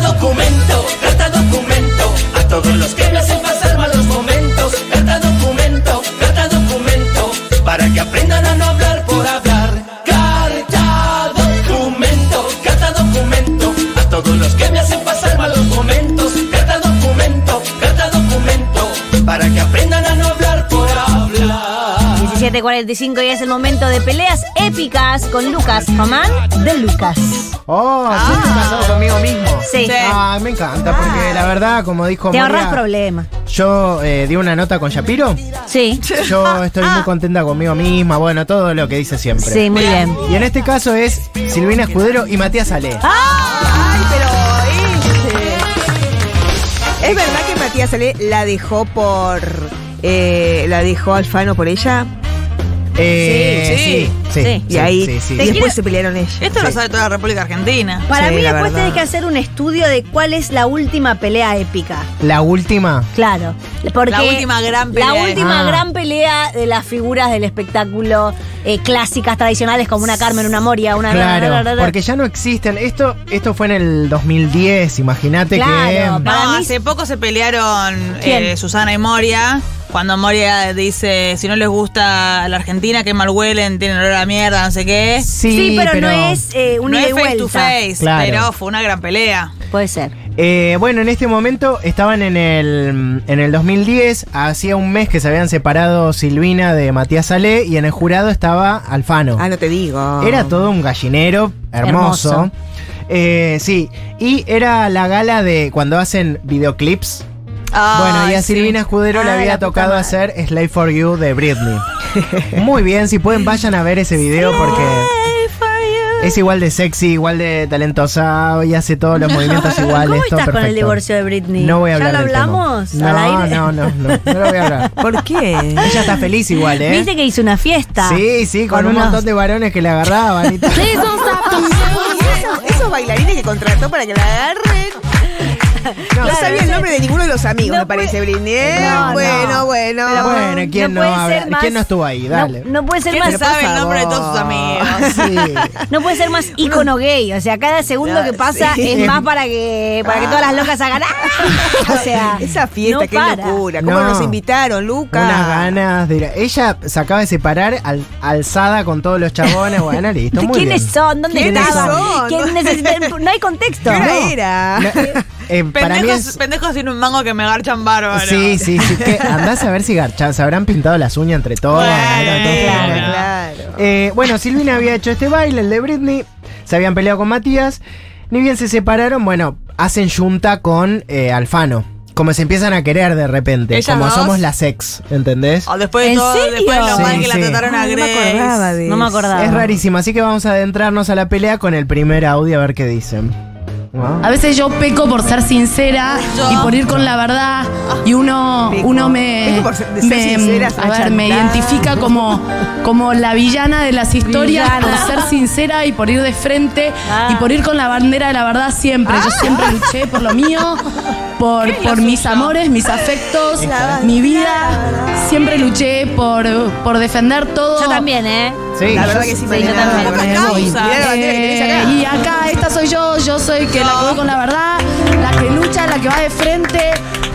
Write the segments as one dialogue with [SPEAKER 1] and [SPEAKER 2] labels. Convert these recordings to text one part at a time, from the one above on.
[SPEAKER 1] documento, carta documento, a todos los que me hacen pasar malos momentos. Carta documento, carta documento, para que aprendan a no hablar por hablar. Carta documento, carta documento, a todos los que me hacen pasar malos momentos. Carta documento, carta documento, para que aprendan a no hablar por hablar.
[SPEAKER 2] 17.45 y es el momento de peleas épicas con Lucas Román de Lucas.
[SPEAKER 3] Oh, siempre casado conmigo mismo.
[SPEAKER 2] Sí.
[SPEAKER 3] Ay, me encanta, porque la verdad, como dijo
[SPEAKER 2] Te
[SPEAKER 3] María,
[SPEAKER 2] ahorras problemas.
[SPEAKER 3] yo eh, di una nota con Shapiro.
[SPEAKER 2] Sí.
[SPEAKER 3] Yo estoy muy contenta conmigo misma, bueno, todo lo que dice siempre.
[SPEAKER 2] Sí, muy bien.
[SPEAKER 3] Y en este caso es Silvina Escudero y Matías Ale.
[SPEAKER 4] Ay, pero ¿eh? ¿Es verdad que Matías Ale la dejó por. eh, la dejó Alfano por ella?
[SPEAKER 3] Eh,
[SPEAKER 5] sí,
[SPEAKER 3] sí, sí,
[SPEAKER 4] Y ahí.
[SPEAKER 3] sí, sí.
[SPEAKER 4] Y
[SPEAKER 5] Te
[SPEAKER 4] después
[SPEAKER 5] quiero-
[SPEAKER 4] se pelearon ellos.
[SPEAKER 5] Esto lo sabe toda la República Argentina.
[SPEAKER 2] Para
[SPEAKER 4] Sí,
[SPEAKER 2] mí
[SPEAKER 4] la
[SPEAKER 2] después
[SPEAKER 4] verdad.
[SPEAKER 2] tenés que hacer un estudio de cuál es la última pelea épica.
[SPEAKER 3] La última.
[SPEAKER 2] Claro. Porque
[SPEAKER 5] La última gran pelea.
[SPEAKER 2] La última
[SPEAKER 3] Ah.
[SPEAKER 2] gran pelea de las figuras del espectáculo eh, clásicas, tradicionales, como una Carmen, una Moria, una...
[SPEAKER 3] Claro, porque ya no existen. Esto, esto fue en el 2010, imagínate
[SPEAKER 2] Claro,
[SPEAKER 3] que.
[SPEAKER 2] pa- para
[SPEAKER 5] No,
[SPEAKER 2] mí-
[SPEAKER 5] hace poco se pelearon
[SPEAKER 2] ¿Quién?
[SPEAKER 5] eh, Susana y Moria. Cuando Moria dice, si no les gusta la Argentina, que mal huelen, tienen olor a mierda, no sé qué.
[SPEAKER 2] Sí, pero, no es eh, un
[SPEAKER 5] no
[SPEAKER 2] ida
[SPEAKER 5] es
[SPEAKER 2] y
[SPEAKER 5] face to
[SPEAKER 2] vuelta.
[SPEAKER 5] face,
[SPEAKER 3] Claro.
[SPEAKER 5] pero fue una gran pelea.
[SPEAKER 2] Puede ser.
[SPEAKER 3] Eh, bueno, en este momento estaban en el, en el 2010, hacía un mes que se habían separado Silvina de Matías Ale y en el jurado estaba Alfano.
[SPEAKER 4] Ah, no te digo.
[SPEAKER 3] Era todo un gallinero hermoso.
[SPEAKER 2] Hermoso.
[SPEAKER 3] Eh, sí, y era la gala de cuando hacen videoclips. bueno, y a
[SPEAKER 5] Ay, sí.
[SPEAKER 3] Silvina Escudero le
[SPEAKER 2] Ay,
[SPEAKER 3] había
[SPEAKER 2] Ah, la puta
[SPEAKER 3] tocado
[SPEAKER 2] madre.
[SPEAKER 3] hacer Slave for You de Britney. Muy bien, si pueden vayan a ver ese video porque es igual de sexy, igual de talentosa y hace todos los movimientos iguales.
[SPEAKER 2] ¿Cómo
[SPEAKER 3] todo
[SPEAKER 2] estás con el
[SPEAKER 3] perfecto.
[SPEAKER 2] divorcio de Britney?
[SPEAKER 3] No voy a hablar
[SPEAKER 2] ¿Ya lo
[SPEAKER 3] del tema.
[SPEAKER 2] hablamos? ¿Al
[SPEAKER 3] No,
[SPEAKER 2] aire?
[SPEAKER 3] no, no, no, no lo voy a hablar.
[SPEAKER 4] ¿Por qué?
[SPEAKER 3] Ella está feliz igual, ¿eh?
[SPEAKER 2] Viste que hizo una fiesta.
[SPEAKER 3] Sí, sí, con, un
[SPEAKER 2] unos-
[SPEAKER 3] montón de varones que le agarraban y todo.
[SPEAKER 4] Eso- Esos bailarines que contrató para que la agarren. No,
[SPEAKER 3] Claro,
[SPEAKER 4] sabía el nombre de ninguno de los amigos,
[SPEAKER 2] No
[SPEAKER 4] me parece,
[SPEAKER 2] puede-
[SPEAKER 4] Britney. Eh,
[SPEAKER 2] No, no.
[SPEAKER 4] bueno, bueno.
[SPEAKER 2] Pero
[SPEAKER 3] Bueno, ¿quién no,
[SPEAKER 2] puede
[SPEAKER 3] habla-
[SPEAKER 2] ser más-
[SPEAKER 3] ¿quién no estuvo ahí? Dale.
[SPEAKER 2] No, no puede ser
[SPEAKER 5] ¿Quién
[SPEAKER 2] más.
[SPEAKER 5] sabe
[SPEAKER 4] por
[SPEAKER 5] el nombre de
[SPEAKER 4] favor.
[SPEAKER 5] todos sus amigos?
[SPEAKER 3] Sí.
[SPEAKER 2] No puede ser más ícono gay, o sea, cada segundo que pasa
[SPEAKER 4] sí.
[SPEAKER 2] es más para que para que todas las locas hagan ¡ah! O sea,
[SPEAKER 4] Esa fiesta,
[SPEAKER 2] no
[SPEAKER 4] qué
[SPEAKER 2] para.
[SPEAKER 4] locura. ¿Cómo
[SPEAKER 3] No.
[SPEAKER 4] nos invitaron, Lucas?
[SPEAKER 3] Unas ganas de ir a- Ella se acaba de separar al- alzada con todos los chabones. Bueno, listo, muy
[SPEAKER 2] ¿Quiénes
[SPEAKER 3] bien.
[SPEAKER 2] son? ¿Dónde
[SPEAKER 4] ¿Quiénes
[SPEAKER 2] estaban?
[SPEAKER 4] son?
[SPEAKER 2] ¿Quién necesita- No hay contexto.
[SPEAKER 4] ¿Qué hora
[SPEAKER 2] No.
[SPEAKER 4] era?
[SPEAKER 3] Eh, para mí
[SPEAKER 5] Pendejos,
[SPEAKER 3] es...
[SPEAKER 5] pendejos sin un mango que me garchan bárbaro.
[SPEAKER 3] Sí, sí, sí. que andás a ver si garcha- se habrán pintado las uñas entre todos.
[SPEAKER 5] Bueno,
[SPEAKER 3] eran todos
[SPEAKER 5] claro.
[SPEAKER 3] jóvenes.
[SPEAKER 4] claro.
[SPEAKER 3] Eh, bueno, Silvina había hecho este baile, el de Britney. Se habían peleado con Matías. Ni bien se separaron, bueno, hacen junta con eh, Alfano. Como se empiezan a querer de repente.
[SPEAKER 5] Ellas
[SPEAKER 3] Como
[SPEAKER 5] dos.
[SPEAKER 3] somos las ex, ¿entendés?
[SPEAKER 5] O después de
[SPEAKER 2] ¿En
[SPEAKER 5] todo,
[SPEAKER 2] serio?
[SPEAKER 5] después de lo
[SPEAKER 3] Sí,
[SPEAKER 5] mal que la
[SPEAKER 3] sí.
[SPEAKER 5] trataron a
[SPEAKER 4] Ay, no me
[SPEAKER 5] Grace.
[SPEAKER 4] acordaba de
[SPEAKER 2] No me
[SPEAKER 4] eso.
[SPEAKER 2] acordaba.
[SPEAKER 3] Es rarísimo, así que vamos a adentrarnos a la pelea con el primer audio a ver qué dicen. Ah. ¿No?
[SPEAKER 4] Ah.
[SPEAKER 6] A veces yo peco por ser sincera
[SPEAKER 5] Yo.
[SPEAKER 6] y por ir con la verdad y uno,
[SPEAKER 4] Peco.
[SPEAKER 6] uno me,
[SPEAKER 4] Peco por ser- de ser
[SPEAKER 6] me-
[SPEAKER 4] sincera,
[SPEAKER 6] a ver,
[SPEAKER 4] chantada.
[SPEAKER 6] me identifica como, como la villana de las historias
[SPEAKER 2] Villana.
[SPEAKER 6] por ser sincera y por ir de frente
[SPEAKER 2] Ah.
[SPEAKER 6] y por ir con la bandera de la verdad siempre. Yo siempre luché por lo mío, por, por mis amores, mis afectos, mi vida. Siempre luché por, por defender todo.
[SPEAKER 2] Yo también, ¿eh?
[SPEAKER 3] Sí,
[SPEAKER 4] La verdad que sí, Mariana,
[SPEAKER 2] yo también.
[SPEAKER 4] con el móvil.
[SPEAKER 5] Causa.
[SPEAKER 4] Mirá la bandera que tenés acá.
[SPEAKER 6] Eh, y acá, esta soy yo, yo soy que la que voy con la verdad, la que lucha, la que va de frente.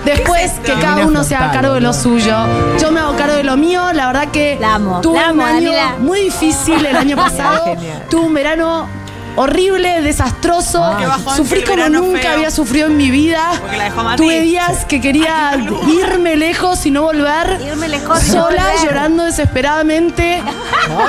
[SPEAKER 6] Después que cada
[SPEAKER 3] Mina
[SPEAKER 6] uno se haga
[SPEAKER 3] frontal,
[SPEAKER 6] cargo de lo
[SPEAKER 3] boludo.
[SPEAKER 6] suyo. Yo me hago cargo de lo mío, la verdad que
[SPEAKER 2] La amo,
[SPEAKER 6] tuve
[SPEAKER 2] la
[SPEAKER 6] un
[SPEAKER 2] amo,
[SPEAKER 6] año
[SPEAKER 2] Daniela.
[SPEAKER 6] muy difícil el año pasado.
[SPEAKER 4] Genial.
[SPEAKER 6] tuve un verano horrible, desastroso.
[SPEAKER 3] Ah. Qué
[SPEAKER 5] bajón,
[SPEAKER 6] Sufrí
[SPEAKER 5] qué
[SPEAKER 6] como
[SPEAKER 5] verano
[SPEAKER 6] nunca
[SPEAKER 5] feo.
[SPEAKER 6] había sufrido en mi vida.
[SPEAKER 5] Porque la dejó Mati.
[SPEAKER 6] Tuve días que quería irme lejos y no volver
[SPEAKER 2] Irme lejos.
[SPEAKER 6] sola, llorando desesperadamente.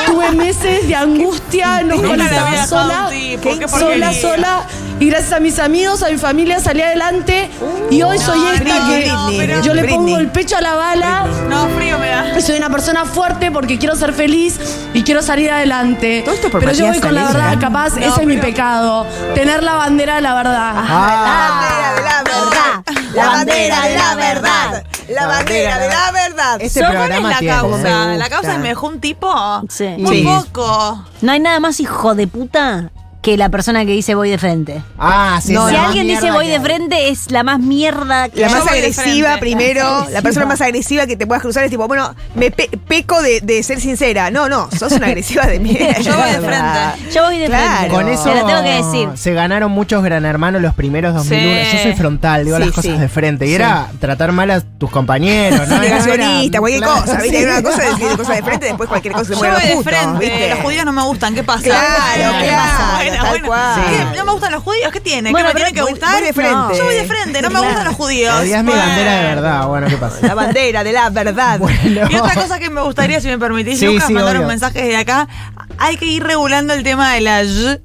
[SPEAKER 6] Tuve meses de angustia, no
[SPEAKER 5] Nunca la
[SPEAKER 6] estaba
[SPEAKER 5] había
[SPEAKER 6] sola,
[SPEAKER 5] Fausti, ¿por qué
[SPEAKER 6] sola,
[SPEAKER 5] porquería?
[SPEAKER 6] sola. Y gracias a mis amigos, a mi familia salí adelante. Y hoy soy
[SPEAKER 5] no,
[SPEAKER 6] esta
[SPEAKER 5] Britney,
[SPEAKER 6] que
[SPEAKER 5] no, pero-
[SPEAKER 6] yo le
[SPEAKER 4] Britney.
[SPEAKER 6] pongo el pecho a la bala.
[SPEAKER 5] No, frío me da.
[SPEAKER 6] Soy una persona fuerte porque quiero ser feliz y quiero salir adelante.
[SPEAKER 4] Todo esto por
[SPEAKER 6] pero yo
[SPEAKER 4] Matías
[SPEAKER 6] voy con la
[SPEAKER 4] Alessi,
[SPEAKER 6] verdad,
[SPEAKER 4] ¿eh?
[SPEAKER 6] capaz,
[SPEAKER 5] No,
[SPEAKER 6] ese es mi
[SPEAKER 5] pero-
[SPEAKER 6] pecado. Tener la bandera de la verdad.
[SPEAKER 3] Ah.
[SPEAKER 4] La
[SPEAKER 2] verdad, la bandera de la verdad,
[SPEAKER 4] La bandera de la verdad.
[SPEAKER 3] Este
[SPEAKER 5] Yo, ¿Cuál es
[SPEAKER 3] programa
[SPEAKER 5] la
[SPEAKER 3] tiene.
[SPEAKER 5] causa?
[SPEAKER 3] Me
[SPEAKER 5] ¿La causa es
[SPEAKER 3] gusta.
[SPEAKER 5] me dejó un tipo?
[SPEAKER 2] Sí.
[SPEAKER 5] Muy
[SPEAKER 3] Sí.
[SPEAKER 5] poco.
[SPEAKER 2] No hay nada más hijo de puta que la persona que dice voy de frente.
[SPEAKER 3] Ah, sí. es
[SPEAKER 4] No,
[SPEAKER 2] si
[SPEAKER 3] la más
[SPEAKER 2] alguien dice
[SPEAKER 3] mierda
[SPEAKER 2] voy
[SPEAKER 3] que
[SPEAKER 2] de
[SPEAKER 3] hay.
[SPEAKER 2] frente, es la más mierda que
[SPEAKER 4] La
[SPEAKER 5] Yo
[SPEAKER 4] más
[SPEAKER 5] voy de
[SPEAKER 4] agresiva
[SPEAKER 5] frente.
[SPEAKER 4] primero,
[SPEAKER 2] Agresiva.
[SPEAKER 4] la persona más agresiva que te puedas cruzar es tipo, bueno, me pe- peco de, de ser sincera. No, no, sos una agresiva de mierda.
[SPEAKER 5] Yo voy de frente.
[SPEAKER 2] Yo voy de
[SPEAKER 4] Claro.
[SPEAKER 2] frente.
[SPEAKER 4] Con
[SPEAKER 3] Eso
[SPEAKER 2] Te lo tengo que decir.
[SPEAKER 3] Se ganaron muchos Gran Hermanos los primeros 2001.
[SPEAKER 5] Sí.
[SPEAKER 3] Yo soy frontal, digo
[SPEAKER 4] Sí,
[SPEAKER 3] las cosas
[SPEAKER 4] sí.
[SPEAKER 3] de frente. Y era tratar mal a tus compañeros, ¿no? Era-
[SPEAKER 4] Negacionista, cualquier
[SPEAKER 3] Claro,
[SPEAKER 4] cosa, ¿viste?
[SPEAKER 3] sí.
[SPEAKER 4] Una cosa es decir cosa de frente, después cualquier cosa se
[SPEAKER 5] Yo
[SPEAKER 4] mueve
[SPEAKER 5] voy
[SPEAKER 4] lo
[SPEAKER 5] de
[SPEAKER 4] justo,
[SPEAKER 5] frente.
[SPEAKER 4] ¿viste?
[SPEAKER 5] Los judíos no me gustan. ¿Qué pasa?
[SPEAKER 4] Claro,
[SPEAKER 5] ¿Qué
[SPEAKER 4] claro,
[SPEAKER 5] pasa? Bueno,
[SPEAKER 4] tal
[SPEAKER 5] bueno.
[SPEAKER 4] cual.
[SPEAKER 5] ¿Qué? ¿No me gustan los judíos? ¿Qué tienen?
[SPEAKER 2] Bueno,
[SPEAKER 5] ¿Qué me
[SPEAKER 2] pero
[SPEAKER 5] tienen que
[SPEAKER 2] voy-
[SPEAKER 5] gustar?
[SPEAKER 4] voy de frente.
[SPEAKER 5] Yo voy de frente. No me
[SPEAKER 2] Claro.
[SPEAKER 5] gustan los judíos.
[SPEAKER 3] Odias mi
[SPEAKER 5] Bueno.
[SPEAKER 3] bandera de verdad. Bueno, ¿qué
[SPEAKER 4] La
[SPEAKER 3] pasa?
[SPEAKER 4] bandera de la verdad.
[SPEAKER 3] Bueno.
[SPEAKER 5] Y otra cosa que me gustaría, si me permitís,
[SPEAKER 3] Sí,
[SPEAKER 5] Lucas,
[SPEAKER 3] sí,
[SPEAKER 5] mandar
[SPEAKER 3] obvio.
[SPEAKER 5] un mensaje desde acá. Hay que ir regulando el tema de la y.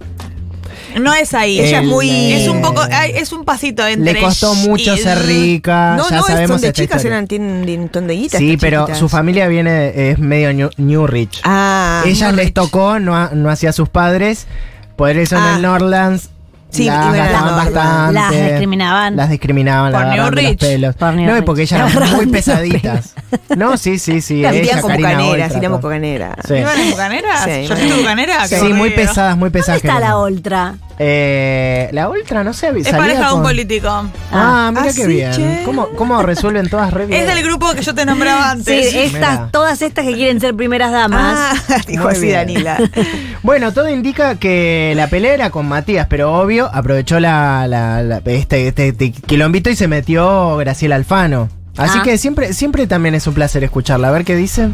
[SPEAKER 5] No es ahí.
[SPEAKER 3] Ella es
[SPEAKER 5] El-
[SPEAKER 3] muy-
[SPEAKER 5] Es un poco. ay, Es un pasito entre.
[SPEAKER 3] Le costó
[SPEAKER 5] y
[SPEAKER 3] mucho
[SPEAKER 5] y.
[SPEAKER 3] ser rica.
[SPEAKER 4] No,
[SPEAKER 3] ya
[SPEAKER 4] no,
[SPEAKER 3] sabemos
[SPEAKER 4] son de
[SPEAKER 3] esta
[SPEAKER 4] chicas,
[SPEAKER 3] historia.
[SPEAKER 4] eran, tienen un montón de guitas.
[SPEAKER 3] Sí,
[SPEAKER 4] estas
[SPEAKER 3] pero
[SPEAKER 4] chiquitas.
[SPEAKER 3] su familia viene, es medio New, new Rich.
[SPEAKER 4] Ah,
[SPEAKER 3] Ellas
[SPEAKER 4] muy
[SPEAKER 3] les
[SPEAKER 4] rich.
[SPEAKER 3] tocó, no, ha- no hacía sus padres. Por eso
[SPEAKER 4] Ah.
[SPEAKER 3] en el Norlands.
[SPEAKER 4] Sí,
[SPEAKER 3] las
[SPEAKER 4] iban a
[SPEAKER 3] gastaban
[SPEAKER 4] Norlands.
[SPEAKER 3] bastante.
[SPEAKER 2] Las discriminaban.
[SPEAKER 3] Las discriminaban,
[SPEAKER 5] Por
[SPEAKER 3] las
[SPEAKER 5] New
[SPEAKER 3] agarraban de
[SPEAKER 5] Rich.
[SPEAKER 3] los pelos.
[SPEAKER 2] Por New
[SPEAKER 3] no, y
[SPEAKER 2] Rich.
[SPEAKER 3] porque
[SPEAKER 2] La
[SPEAKER 3] ellas eran
[SPEAKER 2] agarraban de
[SPEAKER 3] muy
[SPEAKER 2] los
[SPEAKER 3] pesaditas. No, sí, sí, sí.
[SPEAKER 4] Las
[SPEAKER 3] ella,
[SPEAKER 4] metían con
[SPEAKER 3] Karina
[SPEAKER 4] bucaneras,
[SPEAKER 3] Oltra,
[SPEAKER 4] éramos
[SPEAKER 3] todo.
[SPEAKER 4] bucaneras.
[SPEAKER 3] Sí.
[SPEAKER 5] ¿Iban las bucaneras?
[SPEAKER 4] Sí.
[SPEAKER 5] ¿Yo soy bucanera? Qué
[SPEAKER 3] Sí, muy
[SPEAKER 5] aburrido.
[SPEAKER 3] pesadas, muy
[SPEAKER 2] ¿Dónde
[SPEAKER 3] pesadas.
[SPEAKER 2] está
[SPEAKER 3] que
[SPEAKER 2] la
[SPEAKER 3] eran.
[SPEAKER 2] otra?
[SPEAKER 3] Eh, la Ultra, no sé.
[SPEAKER 5] Es
[SPEAKER 3] salía
[SPEAKER 5] pareja de un
[SPEAKER 3] con-
[SPEAKER 5] político.
[SPEAKER 3] Ah, mira
[SPEAKER 4] Ah,
[SPEAKER 3] qué
[SPEAKER 4] sí, che.
[SPEAKER 3] bien. ¿Cómo, ¿Cómo resuelven todas re bien? eh,
[SPEAKER 5] Es del grupo que yo te nombraba
[SPEAKER 2] Sí,
[SPEAKER 5] antes.
[SPEAKER 2] estas,
[SPEAKER 3] Mira.
[SPEAKER 2] todas estas que quieren ser primeras
[SPEAKER 4] Ah,
[SPEAKER 2] damas.
[SPEAKER 4] dijo
[SPEAKER 3] Muy
[SPEAKER 4] así
[SPEAKER 3] bien.
[SPEAKER 4] Danila.
[SPEAKER 3] Bueno, todo indica que la pelea era con Matías, pero obvio, aprovechó la, la- la- este, este- este quilombito y se metió Graciela Alfano. Así
[SPEAKER 2] Ah.
[SPEAKER 3] que siempre, siempre también es un placer escucharla. A ver qué dice.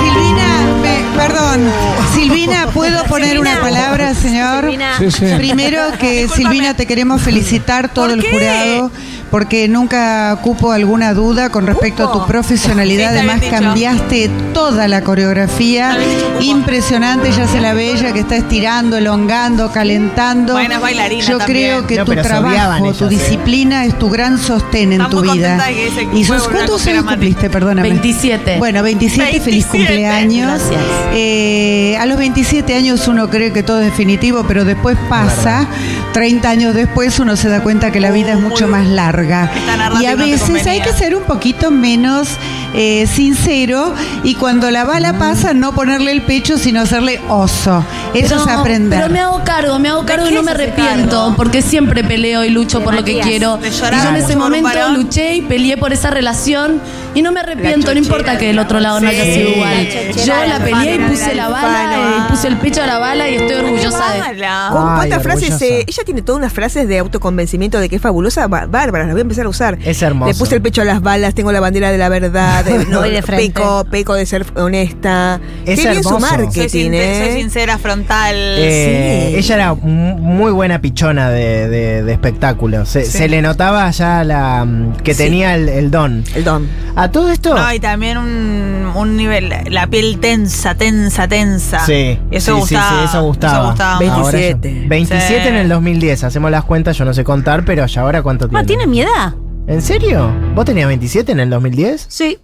[SPEAKER 7] Silvina, me- perdón. Silvina, ¿puedo poner una palabra, señor?
[SPEAKER 2] Silvina.
[SPEAKER 8] Sí, sí.
[SPEAKER 7] Primero que
[SPEAKER 5] Discúlpame.
[SPEAKER 7] Silvina, te queremos felicitar todo
[SPEAKER 5] ¿Por
[SPEAKER 7] el
[SPEAKER 5] qué?
[SPEAKER 7] jurado, porque nunca cupo alguna duda con respecto a
[SPEAKER 2] Cupo.
[SPEAKER 7] tu profesionalidad.
[SPEAKER 5] Sí, está
[SPEAKER 7] Además,
[SPEAKER 5] bien dicho.
[SPEAKER 7] cambiaste toda la coreografía.
[SPEAKER 5] Está bien dicho, cupo.
[SPEAKER 7] Impresionante, ya se la bella que está estirando, elongando, calentando.
[SPEAKER 5] Buenas bailarinas
[SPEAKER 7] Yo
[SPEAKER 5] también.
[SPEAKER 7] creo que
[SPEAKER 3] No,
[SPEAKER 7] tu
[SPEAKER 3] pero se odiaban
[SPEAKER 7] trabajo,
[SPEAKER 3] ellas,
[SPEAKER 7] tu
[SPEAKER 3] eh.
[SPEAKER 7] disciplina es tu gran sostén en
[SPEAKER 5] Está
[SPEAKER 7] tu
[SPEAKER 5] muy
[SPEAKER 7] vida.
[SPEAKER 5] contenta de que se-
[SPEAKER 7] ¿Y
[SPEAKER 5] fue
[SPEAKER 7] sos
[SPEAKER 5] una
[SPEAKER 7] cuántos
[SPEAKER 5] copera
[SPEAKER 7] años
[SPEAKER 5] mate.
[SPEAKER 7] cumpliste? Perdóname.
[SPEAKER 6] 27.
[SPEAKER 7] Bueno, 27, feliz
[SPEAKER 5] 27.
[SPEAKER 7] cumpleaños.
[SPEAKER 6] Gracias.
[SPEAKER 7] Eh, a los 27 años uno cree que todo es definitivo, pero después pasa. 30 años después uno se da cuenta que la vida es mucho más larga.
[SPEAKER 5] Esta narrativa
[SPEAKER 7] Y a
[SPEAKER 5] no te
[SPEAKER 7] veces
[SPEAKER 5] convenía.
[SPEAKER 7] hay que ser un poquito menos eh, sincero y cuando la
[SPEAKER 6] Mm.
[SPEAKER 7] bala pasa no ponerle el pecho, sino hacerle oso. Eso es
[SPEAKER 6] Pero-
[SPEAKER 7] aprender.
[SPEAKER 6] Pero me hago cargo, me hago cargo y
[SPEAKER 2] qué
[SPEAKER 6] no
[SPEAKER 2] se
[SPEAKER 6] me
[SPEAKER 2] hace
[SPEAKER 6] arrepiento,
[SPEAKER 2] cargo?
[SPEAKER 6] porque siempre peleo y lucho
[SPEAKER 2] De
[SPEAKER 6] por lo que
[SPEAKER 2] Matías.
[SPEAKER 6] quiero.
[SPEAKER 5] De
[SPEAKER 6] Y
[SPEAKER 5] llorar
[SPEAKER 6] yo en ese
[SPEAKER 5] por un
[SPEAKER 6] momento
[SPEAKER 5] varón.
[SPEAKER 6] luché y peleé por esa relación y no me arrepiento, no importa que del otro lado no haya
[SPEAKER 5] Sí.
[SPEAKER 6] sido igual.
[SPEAKER 2] La chochera
[SPEAKER 6] Yo
[SPEAKER 2] de
[SPEAKER 6] la
[SPEAKER 2] la
[SPEAKER 6] peleé y
[SPEAKER 2] Alfano,
[SPEAKER 6] puse
[SPEAKER 4] de la
[SPEAKER 6] la bala,
[SPEAKER 4] Alfano.
[SPEAKER 6] eh, y puse el pecho a la bala y estoy orgullosa de.
[SPEAKER 5] Mala.
[SPEAKER 4] ¿Cu- ¿Cuántas
[SPEAKER 3] Ay,
[SPEAKER 4] frases?
[SPEAKER 3] orgullosa.
[SPEAKER 4] eh, ella tiene todas unas frases de autoconvencimiento de que es fabulosa, bá- bárbaras, las voy a empezar a usar.
[SPEAKER 3] Es hermoso.
[SPEAKER 4] Le puse el pecho a las balas, tengo la bandera de la verdad, eh, no,
[SPEAKER 2] Voy de frente.
[SPEAKER 4] peco, peco de ser honesta.
[SPEAKER 3] Es
[SPEAKER 4] Qué bien su
[SPEAKER 3] hermoso.
[SPEAKER 5] Soy,
[SPEAKER 4] marketing,
[SPEAKER 5] sincer-
[SPEAKER 4] ¿eh?
[SPEAKER 5] soy sincera, frontal.
[SPEAKER 3] Eh,
[SPEAKER 4] sí.
[SPEAKER 3] Ella era mu- muy buena pichona de, de, de espectáculo. Se, se le notaba ya la mm, que tenía el, el don.
[SPEAKER 4] El don.
[SPEAKER 3] A todo esto.
[SPEAKER 5] No, y también un, un nivel, la piel tensa, tensa, tensa.
[SPEAKER 3] Sí,
[SPEAKER 5] Eso
[SPEAKER 3] sí, sí,
[SPEAKER 5] gustaba.
[SPEAKER 3] sí, eso gustaba.
[SPEAKER 5] mucho.
[SPEAKER 3] Ahora ya-
[SPEAKER 4] 27.
[SPEAKER 3] 27
[SPEAKER 5] Sí.
[SPEAKER 3] en el 2010, hacemos las cuentas, yo no sé contar, pero ya ahora cuánto tiene.
[SPEAKER 2] Ah, ¿Tiene mi edad?
[SPEAKER 3] ¿En serio? ¿Vos tenías 27 en el 2010?
[SPEAKER 2] Sí.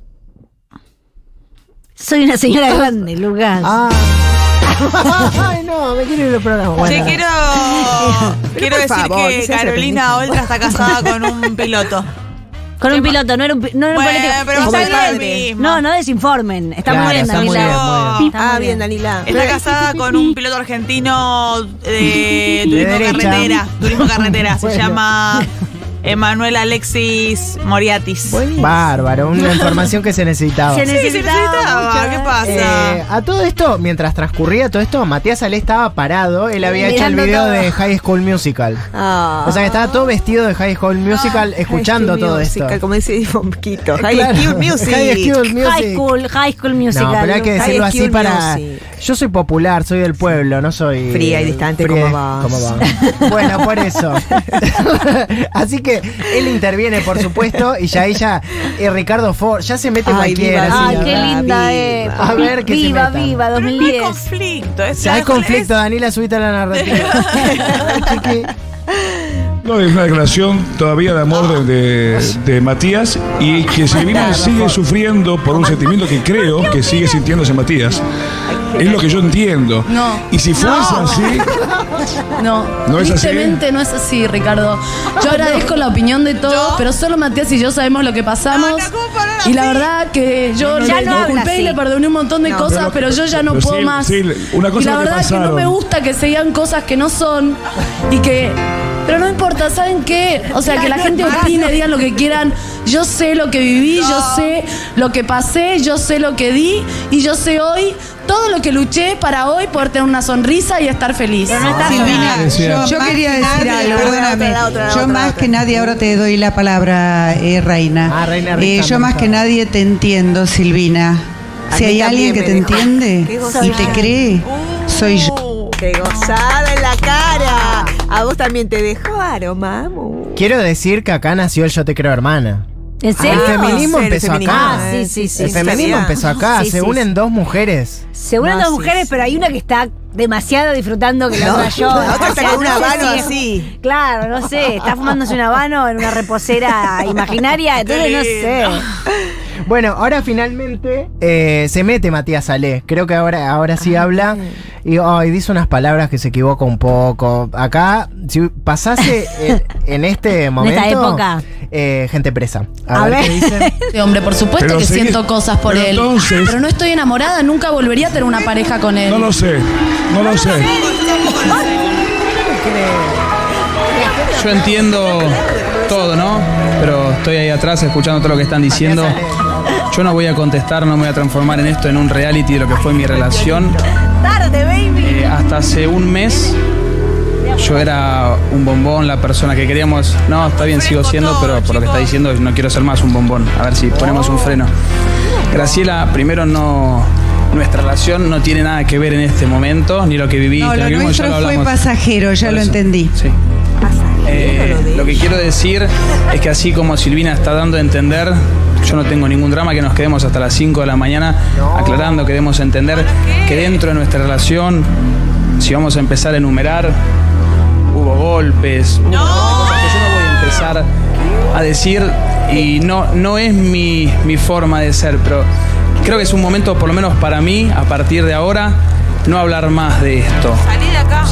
[SPEAKER 2] Soy una señora grande, Lucas.
[SPEAKER 3] Ah. Ay, no, me quiero ir del programa. Bueno.
[SPEAKER 5] Che, quiero, quiero
[SPEAKER 4] por
[SPEAKER 5] decir
[SPEAKER 4] favor,
[SPEAKER 5] que
[SPEAKER 4] que se hace
[SPEAKER 5] Carolina
[SPEAKER 4] feminista.
[SPEAKER 5] Oltra está casada con un piloto.
[SPEAKER 2] Con un piloto, no era un, pi- no era un
[SPEAKER 5] Bueno,
[SPEAKER 2] político.
[SPEAKER 5] pero
[SPEAKER 2] Está
[SPEAKER 5] está bien
[SPEAKER 2] bien.
[SPEAKER 5] lo mismo.
[SPEAKER 2] No, no desinformen. Está
[SPEAKER 3] Claro,
[SPEAKER 2] muy bien,
[SPEAKER 3] está muy
[SPEAKER 2] Daniela.
[SPEAKER 3] bien, muy
[SPEAKER 5] bien.
[SPEAKER 2] Está
[SPEAKER 4] ah,
[SPEAKER 2] muy
[SPEAKER 4] bien, Danila.
[SPEAKER 5] Está casada con un piloto argentino de turismo
[SPEAKER 3] derecha.
[SPEAKER 5] carretera. Turismo carretera. Se
[SPEAKER 3] Bueno.
[SPEAKER 5] llama Emanuel Alexis Moriatis.
[SPEAKER 3] Bárbaro, una información que se ah, necesitaba.
[SPEAKER 2] Se
[SPEAKER 5] Sí, se necesitaba.
[SPEAKER 2] mucho.
[SPEAKER 5] ¿Qué pasa?
[SPEAKER 3] Eh, a todo esto, mientras transcurría todo esto, Matías Ale estaba parado. Él había hecho
[SPEAKER 2] Mirando
[SPEAKER 3] el video
[SPEAKER 2] todo.
[SPEAKER 3] de High School Musical.
[SPEAKER 4] Ah.
[SPEAKER 3] O sea que estaba todo vestido de High School Musical, escuchando
[SPEAKER 4] High School
[SPEAKER 3] todo
[SPEAKER 4] Musical,
[SPEAKER 3] esto. Eh,
[SPEAKER 4] Como dice Fonquito. High
[SPEAKER 3] Claro.
[SPEAKER 4] School Music.
[SPEAKER 3] High School Music.
[SPEAKER 2] High School, High School Musical.
[SPEAKER 3] No, pero hay que
[SPEAKER 4] High
[SPEAKER 3] decirlo así
[SPEAKER 4] School
[SPEAKER 3] para.
[SPEAKER 4] Music.
[SPEAKER 3] Yo soy popular, soy del pueblo, no soy.
[SPEAKER 4] Fría y distante como vos.
[SPEAKER 3] vos. Bueno, por eso. así que él interviene, por supuesto, y ya ella. eh, Ricardo Ford, ya se mete
[SPEAKER 4] Ay,
[SPEAKER 3] cualquiera.
[SPEAKER 4] viva,
[SPEAKER 3] sí,
[SPEAKER 2] Ay,
[SPEAKER 3] la
[SPEAKER 2] qué
[SPEAKER 3] verdad.
[SPEAKER 2] linda es.
[SPEAKER 3] A ver qué se
[SPEAKER 2] Viva,
[SPEAKER 3] metan.
[SPEAKER 2] viva,
[SPEAKER 5] Pero no hay
[SPEAKER 2] 2010.
[SPEAKER 5] conflicto. ¿eh? es-
[SPEAKER 3] Si hay conflicto, Daniela, subite a la narrativa. Chiqui.
[SPEAKER 8] No, es una declaración todavía de amor de, de- de Matías y que Silvina sigue sufriendo por un sentimiento que creo que sigue sintiéndose Matías. Es lo que yo entiendo.
[SPEAKER 6] No.
[SPEAKER 8] Y si fuese así,
[SPEAKER 6] No,
[SPEAKER 8] ¿No es así?
[SPEAKER 6] tristemente no es así, Ricardo. Yo agradezco la opinión de todos, pero solo Matías y yo sabemos lo que pasamos.
[SPEAKER 5] No, no, ¿cómo fueron
[SPEAKER 6] y la verdad que yo
[SPEAKER 2] Ya
[SPEAKER 6] le
[SPEAKER 2] no habla
[SPEAKER 6] disculpé
[SPEAKER 2] así.
[SPEAKER 6] y le perdoné un montón de cosas, pero,
[SPEAKER 8] Pero-
[SPEAKER 6] yo ya no
[SPEAKER 8] pero
[SPEAKER 6] puedo
[SPEAKER 8] sí,
[SPEAKER 6] más.
[SPEAKER 8] sí, una cosa
[SPEAKER 6] y la
[SPEAKER 8] es lo que
[SPEAKER 6] verdad es que no
[SPEAKER 8] pasaron.
[SPEAKER 6] me gusta que se digan cosas que no son y que. Pero no importa, ¿saben qué? O sea, que la gente opine, digan lo que quieran. Yo sé lo que viví, yo sé lo que pasé, yo sé lo que di y yo sé hoy todo lo que luché para hoy poder tener una sonrisa y estar feliz.
[SPEAKER 7] Silvina,
[SPEAKER 8] Es
[SPEAKER 7] yo,
[SPEAKER 8] cierto.
[SPEAKER 7] yo
[SPEAKER 4] Más
[SPEAKER 7] quería
[SPEAKER 4] que
[SPEAKER 7] decir
[SPEAKER 4] nadie,
[SPEAKER 7] algo,
[SPEAKER 4] la otra,
[SPEAKER 7] perdóname.
[SPEAKER 4] la otra, la
[SPEAKER 7] yo
[SPEAKER 4] otra,
[SPEAKER 7] más
[SPEAKER 4] la otra.
[SPEAKER 7] que nadie, ahora te doy la palabra, eh, Reina.
[SPEAKER 3] Ah, Reina
[SPEAKER 7] Eh,
[SPEAKER 3] Rita,
[SPEAKER 7] yo
[SPEAKER 3] me
[SPEAKER 7] más
[SPEAKER 3] gusta.
[SPEAKER 7] que nadie te entiendo, Silvina.
[SPEAKER 4] A
[SPEAKER 7] Si
[SPEAKER 4] mí
[SPEAKER 7] hay alguien
[SPEAKER 4] también me
[SPEAKER 7] que te
[SPEAKER 4] dejó. Qué
[SPEAKER 7] entiende y
[SPEAKER 4] gozada.
[SPEAKER 7] te cree, soy yo.
[SPEAKER 4] ¡Qué gozada en la cara! A vos también te dejaron, mamu.
[SPEAKER 3] Quiero decir que acá nació el Yo Te Creo Hermana.
[SPEAKER 2] ¿En
[SPEAKER 3] El
[SPEAKER 2] serio?
[SPEAKER 3] feminismo
[SPEAKER 4] Sí, el
[SPEAKER 3] empezó
[SPEAKER 4] feminismo.
[SPEAKER 3] acá.
[SPEAKER 2] Ah, sí, sí, sí.
[SPEAKER 3] el feminismo
[SPEAKER 4] Sabía.
[SPEAKER 3] empezó acá.
[SPEAKER 2] Sí,
[SPEAKER 3] se
[SPEAKER 2] sí,
[SPEAKER 3] unen
[SPEAKER 2] sí.
[SPEAKER 3] dos mujeres.
[SPEAKER 2] Se unen
[SPEAKER 4] No,
[SPEAKER 2] dos
[SPEAKER 4] sí,
[SPEAKER 2] mujeres,
[SPEAKER 4] sí.
[SPEAKER 2] pero hay una que está demasiado disfrutando que la
[SPEAKER 4] No,
[SPEAKER 2] otra yo.
[SPEAKER 4] la otra está
[SPEAKER 2] O sea,
[SPEAKER 4] con un
[SPEAKER 2] no sé
[SPEAKER 4] habano
[SPEAKER 2] si es-
[SPEAKER 4] así.
[SPEAKER 2] Claro, no sé. Está fumándose un habano en una reposera imaginaria. Entonces no sé.
[SPEAKER 3] Bueno, ahora finalmente eh, se mete Matías Salé. Creo que ahora, ahora sí habla. Y ay, dice unas palabras que se equivoca un poco. Acá, si pasase en, en este momento.
[SPEAKER 2] época.
[SPEAKER 3] eh, gente presa. A,
[SPEAKER 2] A
[SPEAKER 3] ver,
[SPEAKER 2] ver.
[SPEAKER 3] qué dice.
[SPEAKER 6] Este hombre, por supuesto
[SPEAKER 8] Pero
[SPEAKER 6] que
[SPEAKER 8] sí que-
[SPEAKER 6] siento cosas por
[SPEAKER 8] pero
[SPEAKER 6] él.
[SPEAKER 8] entonces-
[SPEAKER 6] pero no estoy enamorada, nunca volvería a tener una pareja con él.
[SPEAKER 8] no lo sé, no lo sé.
[SPEAKER 9] Yo entiendo todo, ¿no? Pero estoy ahí atrás escuchando todo lo que están diciendo. Yo no voy a contestar, no me voy a transformar en esto, en un reality de lo que fue mi relación.
[SPEAKER 2] Tarde, baby.
[SPEAKER 9] Eh, hasta hace un mes yo era un bombón, la persona que queríamos. No, está bien, sigo siendo, pero por lo que está diciendo no quiero ser más un bombón. A ver si ponemos un freno. Graciela, primero no. Nuestra relación no tiene nada que ver en este momento, ni lo que viví.
[SPEAKER 7] No,
[SPEAKER 9] ni
[SPEAKER 7] lo
[SPEAKER 9] que vivimos, ya
[SPEAKER 7] nuestro
[SPEAKER 9] lo
[SPEAKER 7] fue
[SPEAKER 9] hablamos.
[SPEAKER 7] pasajero, ya
[SPEAKER 9] Por
[SPEAKER 7] lo
[SPEAKER 9] eso.
[SPEAKER 7] entendí.
[SPEAKER 9] Sí. Eh, lo que quiero decir es que así como Silvina está dando a entender, yo no tengo ningún drama que nos quedemos hasta las 5 de la mañana aclarando, queremos entender que dentro de nuestra relación, si vamos a empezar a enumerar, hubo golpes, hubo cosas que yo no voy a empezar a decir y no, no es mi, mi forma de ser, pero creo que es un momento, por lo menos para mí, a partir de ahora, no hablar más de esto.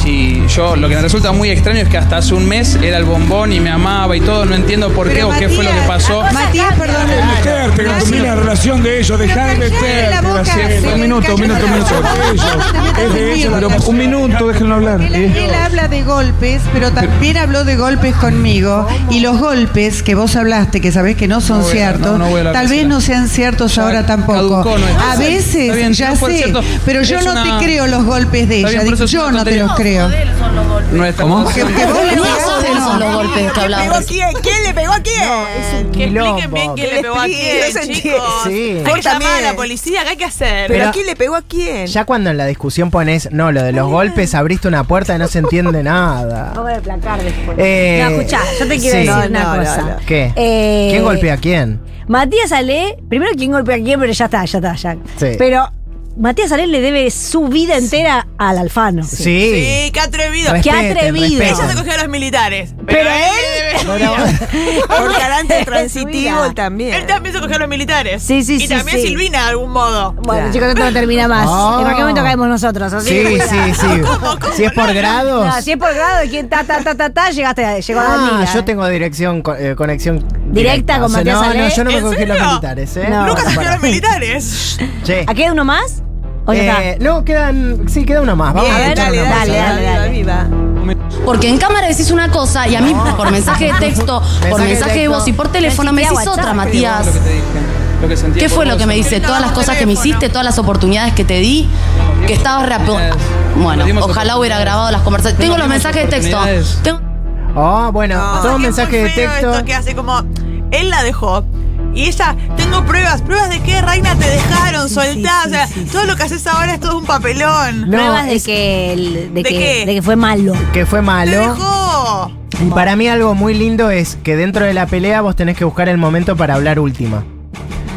[SPEAKER 9] Sí, yo lo que me resulta muy extraño es que hasta hace un mes era el bombón y me amaba y todo, no entiendo por qué
[SPEAKER 7] Pero
[SPEAKER 9] o qué fue lo
[SPEAKER 7] Matías,
[SPEAKER 9] que pasó.
[SPEAKER 7] Matías, perdón.
[SPEAKER 8] Meterte, consumir la relación de ellos, dejar de
[SPEAKER 7] Pero callate
[SPEAKER 8] meterte.
[SPEAKER 7] la boca,
[SPEAKER 8] Graciela.
[SPEAKER 7] se
[SPEAKER 8] Un minuto, un minuto, un minuto.
[SPEAKER 7] callate
[SPEAKER 8] Es de
[SPEAKER 7] la
[SPEAKER 8] ellos,
[SPEAKER 7] boca.
[SPEAKER 8] es de ellos, pero un minuto, déjenlo hablar.
[SPEAKER 7] Él, él habla de golpes, pero también habló de golpes conmigo. Y los golpes que vos hablaste, que sabés que no son
[SPEAKER 9] No voy a hablar,
[SPEAKER 7] ciertos,
[SPEAKER 9] no, no voy a hablar,
[SPEAKER 7] tal vez
[SPEAKER 9] Graciela.
[SPEAKER 7] no sean ciertos
[SPEAKER 9] Ya
[SPEAKER 7] ahora tampoco.
[SPEAKER 9] caducó nuestra-
[SPEAKER 7] a
[SPEAKER 9] Está
[SPEAKER 7] veces,
[SPEAKER 9] bien, si
[SPEAKER 7] ya
[SPEAKER 9] no fuera
[SPEAKER 7] sé,
[SPEAKER 9] cierto,
[SPEAKER 7] pero yo
[SPEAKER 9] es
[SPEAKER 7] no
[SPEAKER 9] una-
[SPEAKER 7] te creo los golpes de
[SPEAKER 9] Está
[SPEAKER 7] ella.
[SPEAKER 9] bien, por eso es
[SPEAKER 7] yo
[SPEAKER 9] una
[SPEAKER 7] no te los
[SPEAKER 9] tontería.
[SPEAKER 7] creo.
[SPEAKER 9] Nuestra relación-
[SPEAKER 7] Que vos le
[SPEAKER 6] Ni
[SPEAKER 7] pegás
[SPEAKER 6] esos
[SPEAKER 7] o
[SPEAKER 6] de
[SPEAKER 7] no.
[SPEAKER 6] son los golpes que
[SPEAKER 4] ¿Quién le pegó a
[SPEAKER 6] hablamos.
[SPEAKER 4] quién? ¿Quién le pegó a quién?
[SPEAKER 5] Que expliquen
[SPEAKER 3] Quilombo.
[SPEAKER 5] bien quién le pegó a quién,
[SPEAKER 4] Eso entiendo.
[SPEAKER 5] chicos.
[SPEAKER 3] Sí.
[SPEAKER 5] Hay que llamar a
[SPEAKER 4] También.
[SPEAKER 5] la policía, ¿qué hay que hacer?
[SPEAKER 4] ¿Pero
[SPEAKER 3] Pero-
[SPEAKER 4] a quién le pegó a quién?
[SPEAKER 3] Ya cuando en la discusión pones, no, lo de los golpes, abriste una puerta y no se entiende nada.
[SPEAKER 2] Vamos a placar después.
[SPEAKER 3] Eh,
[SPEAKER 2] no, escuchá, yo te quiero
[SPEAKER 3] sí.
[SPEAKER 2] decir
[SPEAKER 3] No,
[SPEAKER 2] una
[SPEAKER 4] no, no,
[SPEAKER 2] cosa.
[SPEAKER 4] no.
[SPEAKER 3] ¿Qué?
[SPEAKER 2] Eh,
[SPEAKER 3] ¿Quién golpea a quién?
[SPEAKER 2] Matías Ale, primero quién golpea a quién, pero ya está, ya está, ya.
[SPEAKER 3] Sí.
[SPEAKER 2] Pero Matías Ale le debe su vida entera al Alfano.
[SPEAKER 3] Sí.
[SPEAKER 5] Sí, qué atrevido.
[SPEAKER 3] Respeten,
[SPEAKER 2] atrevido.
[SPEAKER 5] Ella se
[SPEAKER 3] respeten.
[SPEAKER 5] cogió a los militares. Pero,
[SPEAKER 2] Pero
[SPEAKER 5] él, le debe-
[SPEAKER 4] Por garante
[SPEAKER 2] Su
[SPEAKER 4] transitivo
[SPEAKER 2] vida.
[SPEAKER 4] él también.
[SPEAKER 5] él también se cogió a los militares.
[SPEAKER 2] Sí, sí,
[SPEAKER 5] y
[SPEAKER 2] sí,
[SPEAKER 5] también
[SPEAKER 2] sí.
[SPEAKER 5] Silvina, de algún modo.
[SPEAKER 2] Bueno,
[SPEAKER 4] Claro.
[SPEAKER 2] chicos, esto no termina más.
[SPEAKER 3] Oh.
[SPEAKER 2] En cualquier momento caemos nosotros. Así que
[SPEAKER 3] Sí,
[SPEAKER 2] cuidado.
[SPEAKER 3] sí, sí. Si es por grados.
[SPEAKER 2] No, si es por grado, ¿quién ta, ta, ta, ta, ta? Llegaste, a- llegó a
[SPEAKER 3] Ah,
[SPEAKER 2] Danila.
[SPEAKER 3] yo tengo dirección, co- eh, conexión
[SPEAKER 2] Directa con
[SPEAKER 3] O sea,
[SPEAKER 2] Matías
[SPEAKER 3] No, no,
[SPEAKER 2] Ale.
[SPEAKER 3] yo no me
[SPEAKER 5] ¿En
[SPEAKER 3] cogí los
[SPEAKER 5] serio?
[SPEAKER 3] militares, ¿eh?
[SPEAKER 2] No.
[SPEAKER 5] Nunca se cogió a
[SPEAKER 3] Para.
[SPEAKER 5] los militares.
[SPEAKER 3] Che.
[SPEAKER 2] ¿Aquí hay uno más? ¿O ya
[SPEAKER 3] Eh, no, quedan. Sí, queda uno más. Vamos
[SPEAKER 4] Bien,
[SPEAKER 3] a
[SPEAKER 2] ver,
[SPEAKER 3] escuchar
[SPEAKER 4] dale,
[SPEAKER 3] una
[SPEAKER 4] dale,
[SPEAKER 3] más.
[SPEAKER 2] cosa.
[SPEAKER 4] dale, dale, viva.
[SPEAKER 6] Porque en cámara decís una cosa y a mí por mensaje de texto, por
[SPEAKER 3] Mensaje de
[SPEAKER 6] mensaje de
[SPEAKER 3] texto.
[SPEAKER 6] voz y por teléfono me
[SPEAKER 2] Mensaje
[SPEAKER 6] decís
[SPEAKER 2] a
[SPEAKER 6] otra,
[SPEAKER 2] WhatsApp,
[SPEAKER 6] Matías.
[SPEAKER 9] Lo que te dije, lo que sentía
[SPEAKER 6] ¿Qué
[SPEAKER 9] por
[SPEAKER 6] fue lo
[SPEAKER 9] vos.
[SPEAKER 6] que me dice? Todas las cosas que me hiciste, todas las oportunidades que te di, que estabas rapo. Bueno, ojalá hubiera grabado las conversaciones. Tengo los mensajes de texto. Tengo-
[SPEAKER 3] Oh, bueno, todo
[SPEAKER 5] Porque es
[SPEAKER 3] mensaje
[SPEAKER 5] muy
[SPEAKER 3] de
[SPEAKER 5] feo
[SPEAKER 3] texto.
[SPEAKER 5] Esto que hace como, él la dejó. Y ella, tengo pruebas. ¿Pruebas de qué, Reina? Te dejaron, soltá. o sea, todo lo que haces ahora es todo un papelón.
[SPEAKER 3] No,
[SPEAKER 2] Pruebas de
[SPEAKER 3] es-
[SPEAKER 2] que, el- de,
[SPEAKER 5] ¿De
[SPEAKER 2] que,
[SPEAKER 5] qué?
[SPEAKER 2] de que fue malo.
[SPEAKER 3] Que fue
[SPEAKER 5] Te
[SPEAKER 3] malo.
[SPEAKER 5] dejó.
[SPEAKER 3] Y para mí algo muy lindo es que dentro de la pelea vos tenés que buscar el momento para hablar última.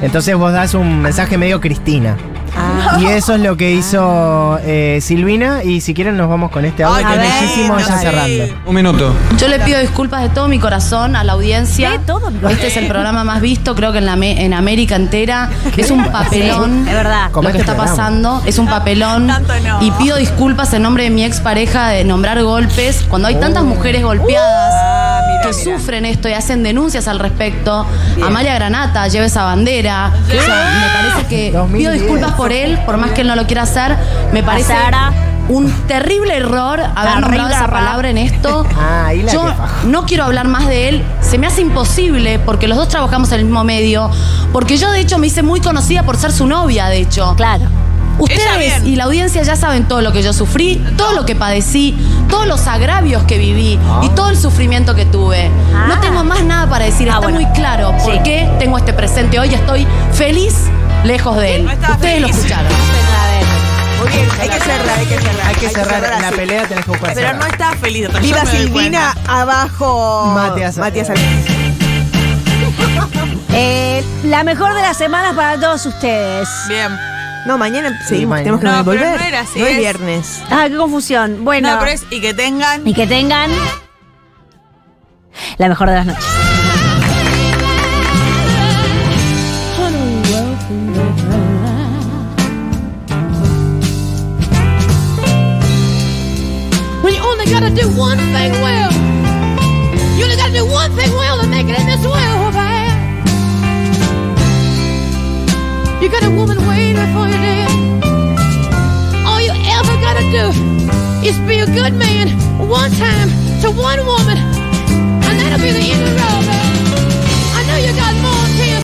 [SPEAKER 3] Entonces vos das un mensaje medio Cristina.
[SPEAKER 5] Ah.
[SPEAKER 3] Y eso es lo que hizo eh, Silvina. Y si quieren, nos vamos con este audio
[SPEAKER 5] Ay,
[SPEAKER 3] que
[SPEAKER 5] qué
[SPEAKER 3] les hicimos
[SPEAKER 5] lindo,
[SPEAKER 3] ya
[SPEAKER 5] sí.
[SPEAKER 3] cerrando.
[SPEAKER 9] Un minuto.
[SPEAKER 6] Yo le pido disculpas de todo mi corazón a la audiencia.
[SPEAKER 2] De todo mi corazón.
[SPEAKER 6] Este es el programa más visto, creo que en, la me- en América entera. Es un papelón.
[SPEAKER 2] Sí, es verdad.
[SPEAKER 3] Como
[SPEAKER 6] Lo que
[SPEAKER 3] este
[SPEAKER 6] está
[SPEAKER 3] programa.
[SPEAKER 6] pasando es un papelón.
[SPEAKER 5] tanto no.
[SPEAKER 6] Y pido disculpas en nombre de mi expareja de nombrar golpes. Cuando hay
[SPEAKER 3] Oh.
[SPEAKER 6] tantas mujeres golpeadas que sufren esto y hacen denuncias al respecto, Amalia Granata lleva esa bandera. O sea, me parece que
[SPEAKER 3] 2010.
[SPEAKER 6] pido disculpas por él, por más que él no lo quiera hacer. Me parece
[SPEAKER 2] Sara.
[SPEAKER 6] un terrible error haber
[SPEAKER 2] La
[SPEAKER 6] nombrado
[SPEAKER 2] reina
[SPEAKER 6] esa
[SPEAKER 2] rap.
[SPEAKER 6] palabra en esto.
[SPEAKER 3] Ah, ahí la
[SPEAKER 6] Yo
[SPEAKER 3] que fajó.
[SPEAKER 6] no quiero hablar más de él. Se me hace imposible porque los dos trabajamos en el mismo medio. Porque yo, de hecho, me hice muy conocida por ser su novia, de hecho.
[SPEAKER 2] Claro.
[SPEAKER 5] Ella
[SPEAKER 6] Ustedes
[SPEAKER 5] bien.
[SPEAKER 6] y la audiencia ya saben todo lo que yo sufrí, todo lo que padecí, todos los agravios que viví
[SPEAKER 5] Ah.
[SPEAKER 6] y todo el sufrimiento que tuve.
[SPEAKER 2] Ah.
[SPEAKER 6] No tengo más nada para decir,
[SPEAKER 2] Ah,
[SPEAKER 6] está
[SPEAKER 2] bueno.
[SPEAKER 6] muy claro por
[SPEAKER 2] Sí.
[SPEAKER 6] qué tengo este presente hoy. Estoy feliz lejos de él.
[SPEAKER 5] No estaba
[SPEAKER 6] Ustedes lo
[SPEAKER 5] feliz.
[SPEAKER 6] escucharon.
[SPEAKER 4] Muy bien, hay que cerrar, hay que cerrar.
[SPEAKER 3] Hay que cerrar la
[SPEAKER 4] así.
[SPEAKER 3] pelea, tenés que buscar
[SPEAKER 5] Pero no
[SPEAKER 3] cerrar.
[SPEAKER 5] está feliz. yo
[SPEAKER 4] Viva
[SPEAKER 5] me doy
[SPEAKER 4] Silvina, abajo.
[SPEAKER 3] Matías Alén.
[SPEAKER 4] Matías Alén.
[SPEAKER 2] Eh, la mejor de las semanas para todos ustedes.
[SPEAKER 5] cuenta. Bien.
[SPEAKER 4] No, mañana
[SPEAKER 3] Sí,
[SPEAKER 4] seguimos,
[SPEAKER 3] mañana.
[SPEAKER 4] tenemos que
[SPEAKER 5] No, pero
[SPEAKER 4] volver.
[SPEAKER 5] no era así,
[SPEAKER 4] es
[SPEAKER 5] es-
[SPEAKER 4] viernes.
[SPEAKER 2] Ah, qué confusión. Bueno.
[SPEAKER 5] No, pero es y que tengan.
[SPEAKER 2] Y que tengan la mejor de las noches.
[SPEAKER 10] when you only gotta do one thing well. You only gotta do one thing well to make it in this world, man. You got a woman waiting for you there. All you ever gotta do is be a good man one time to one woman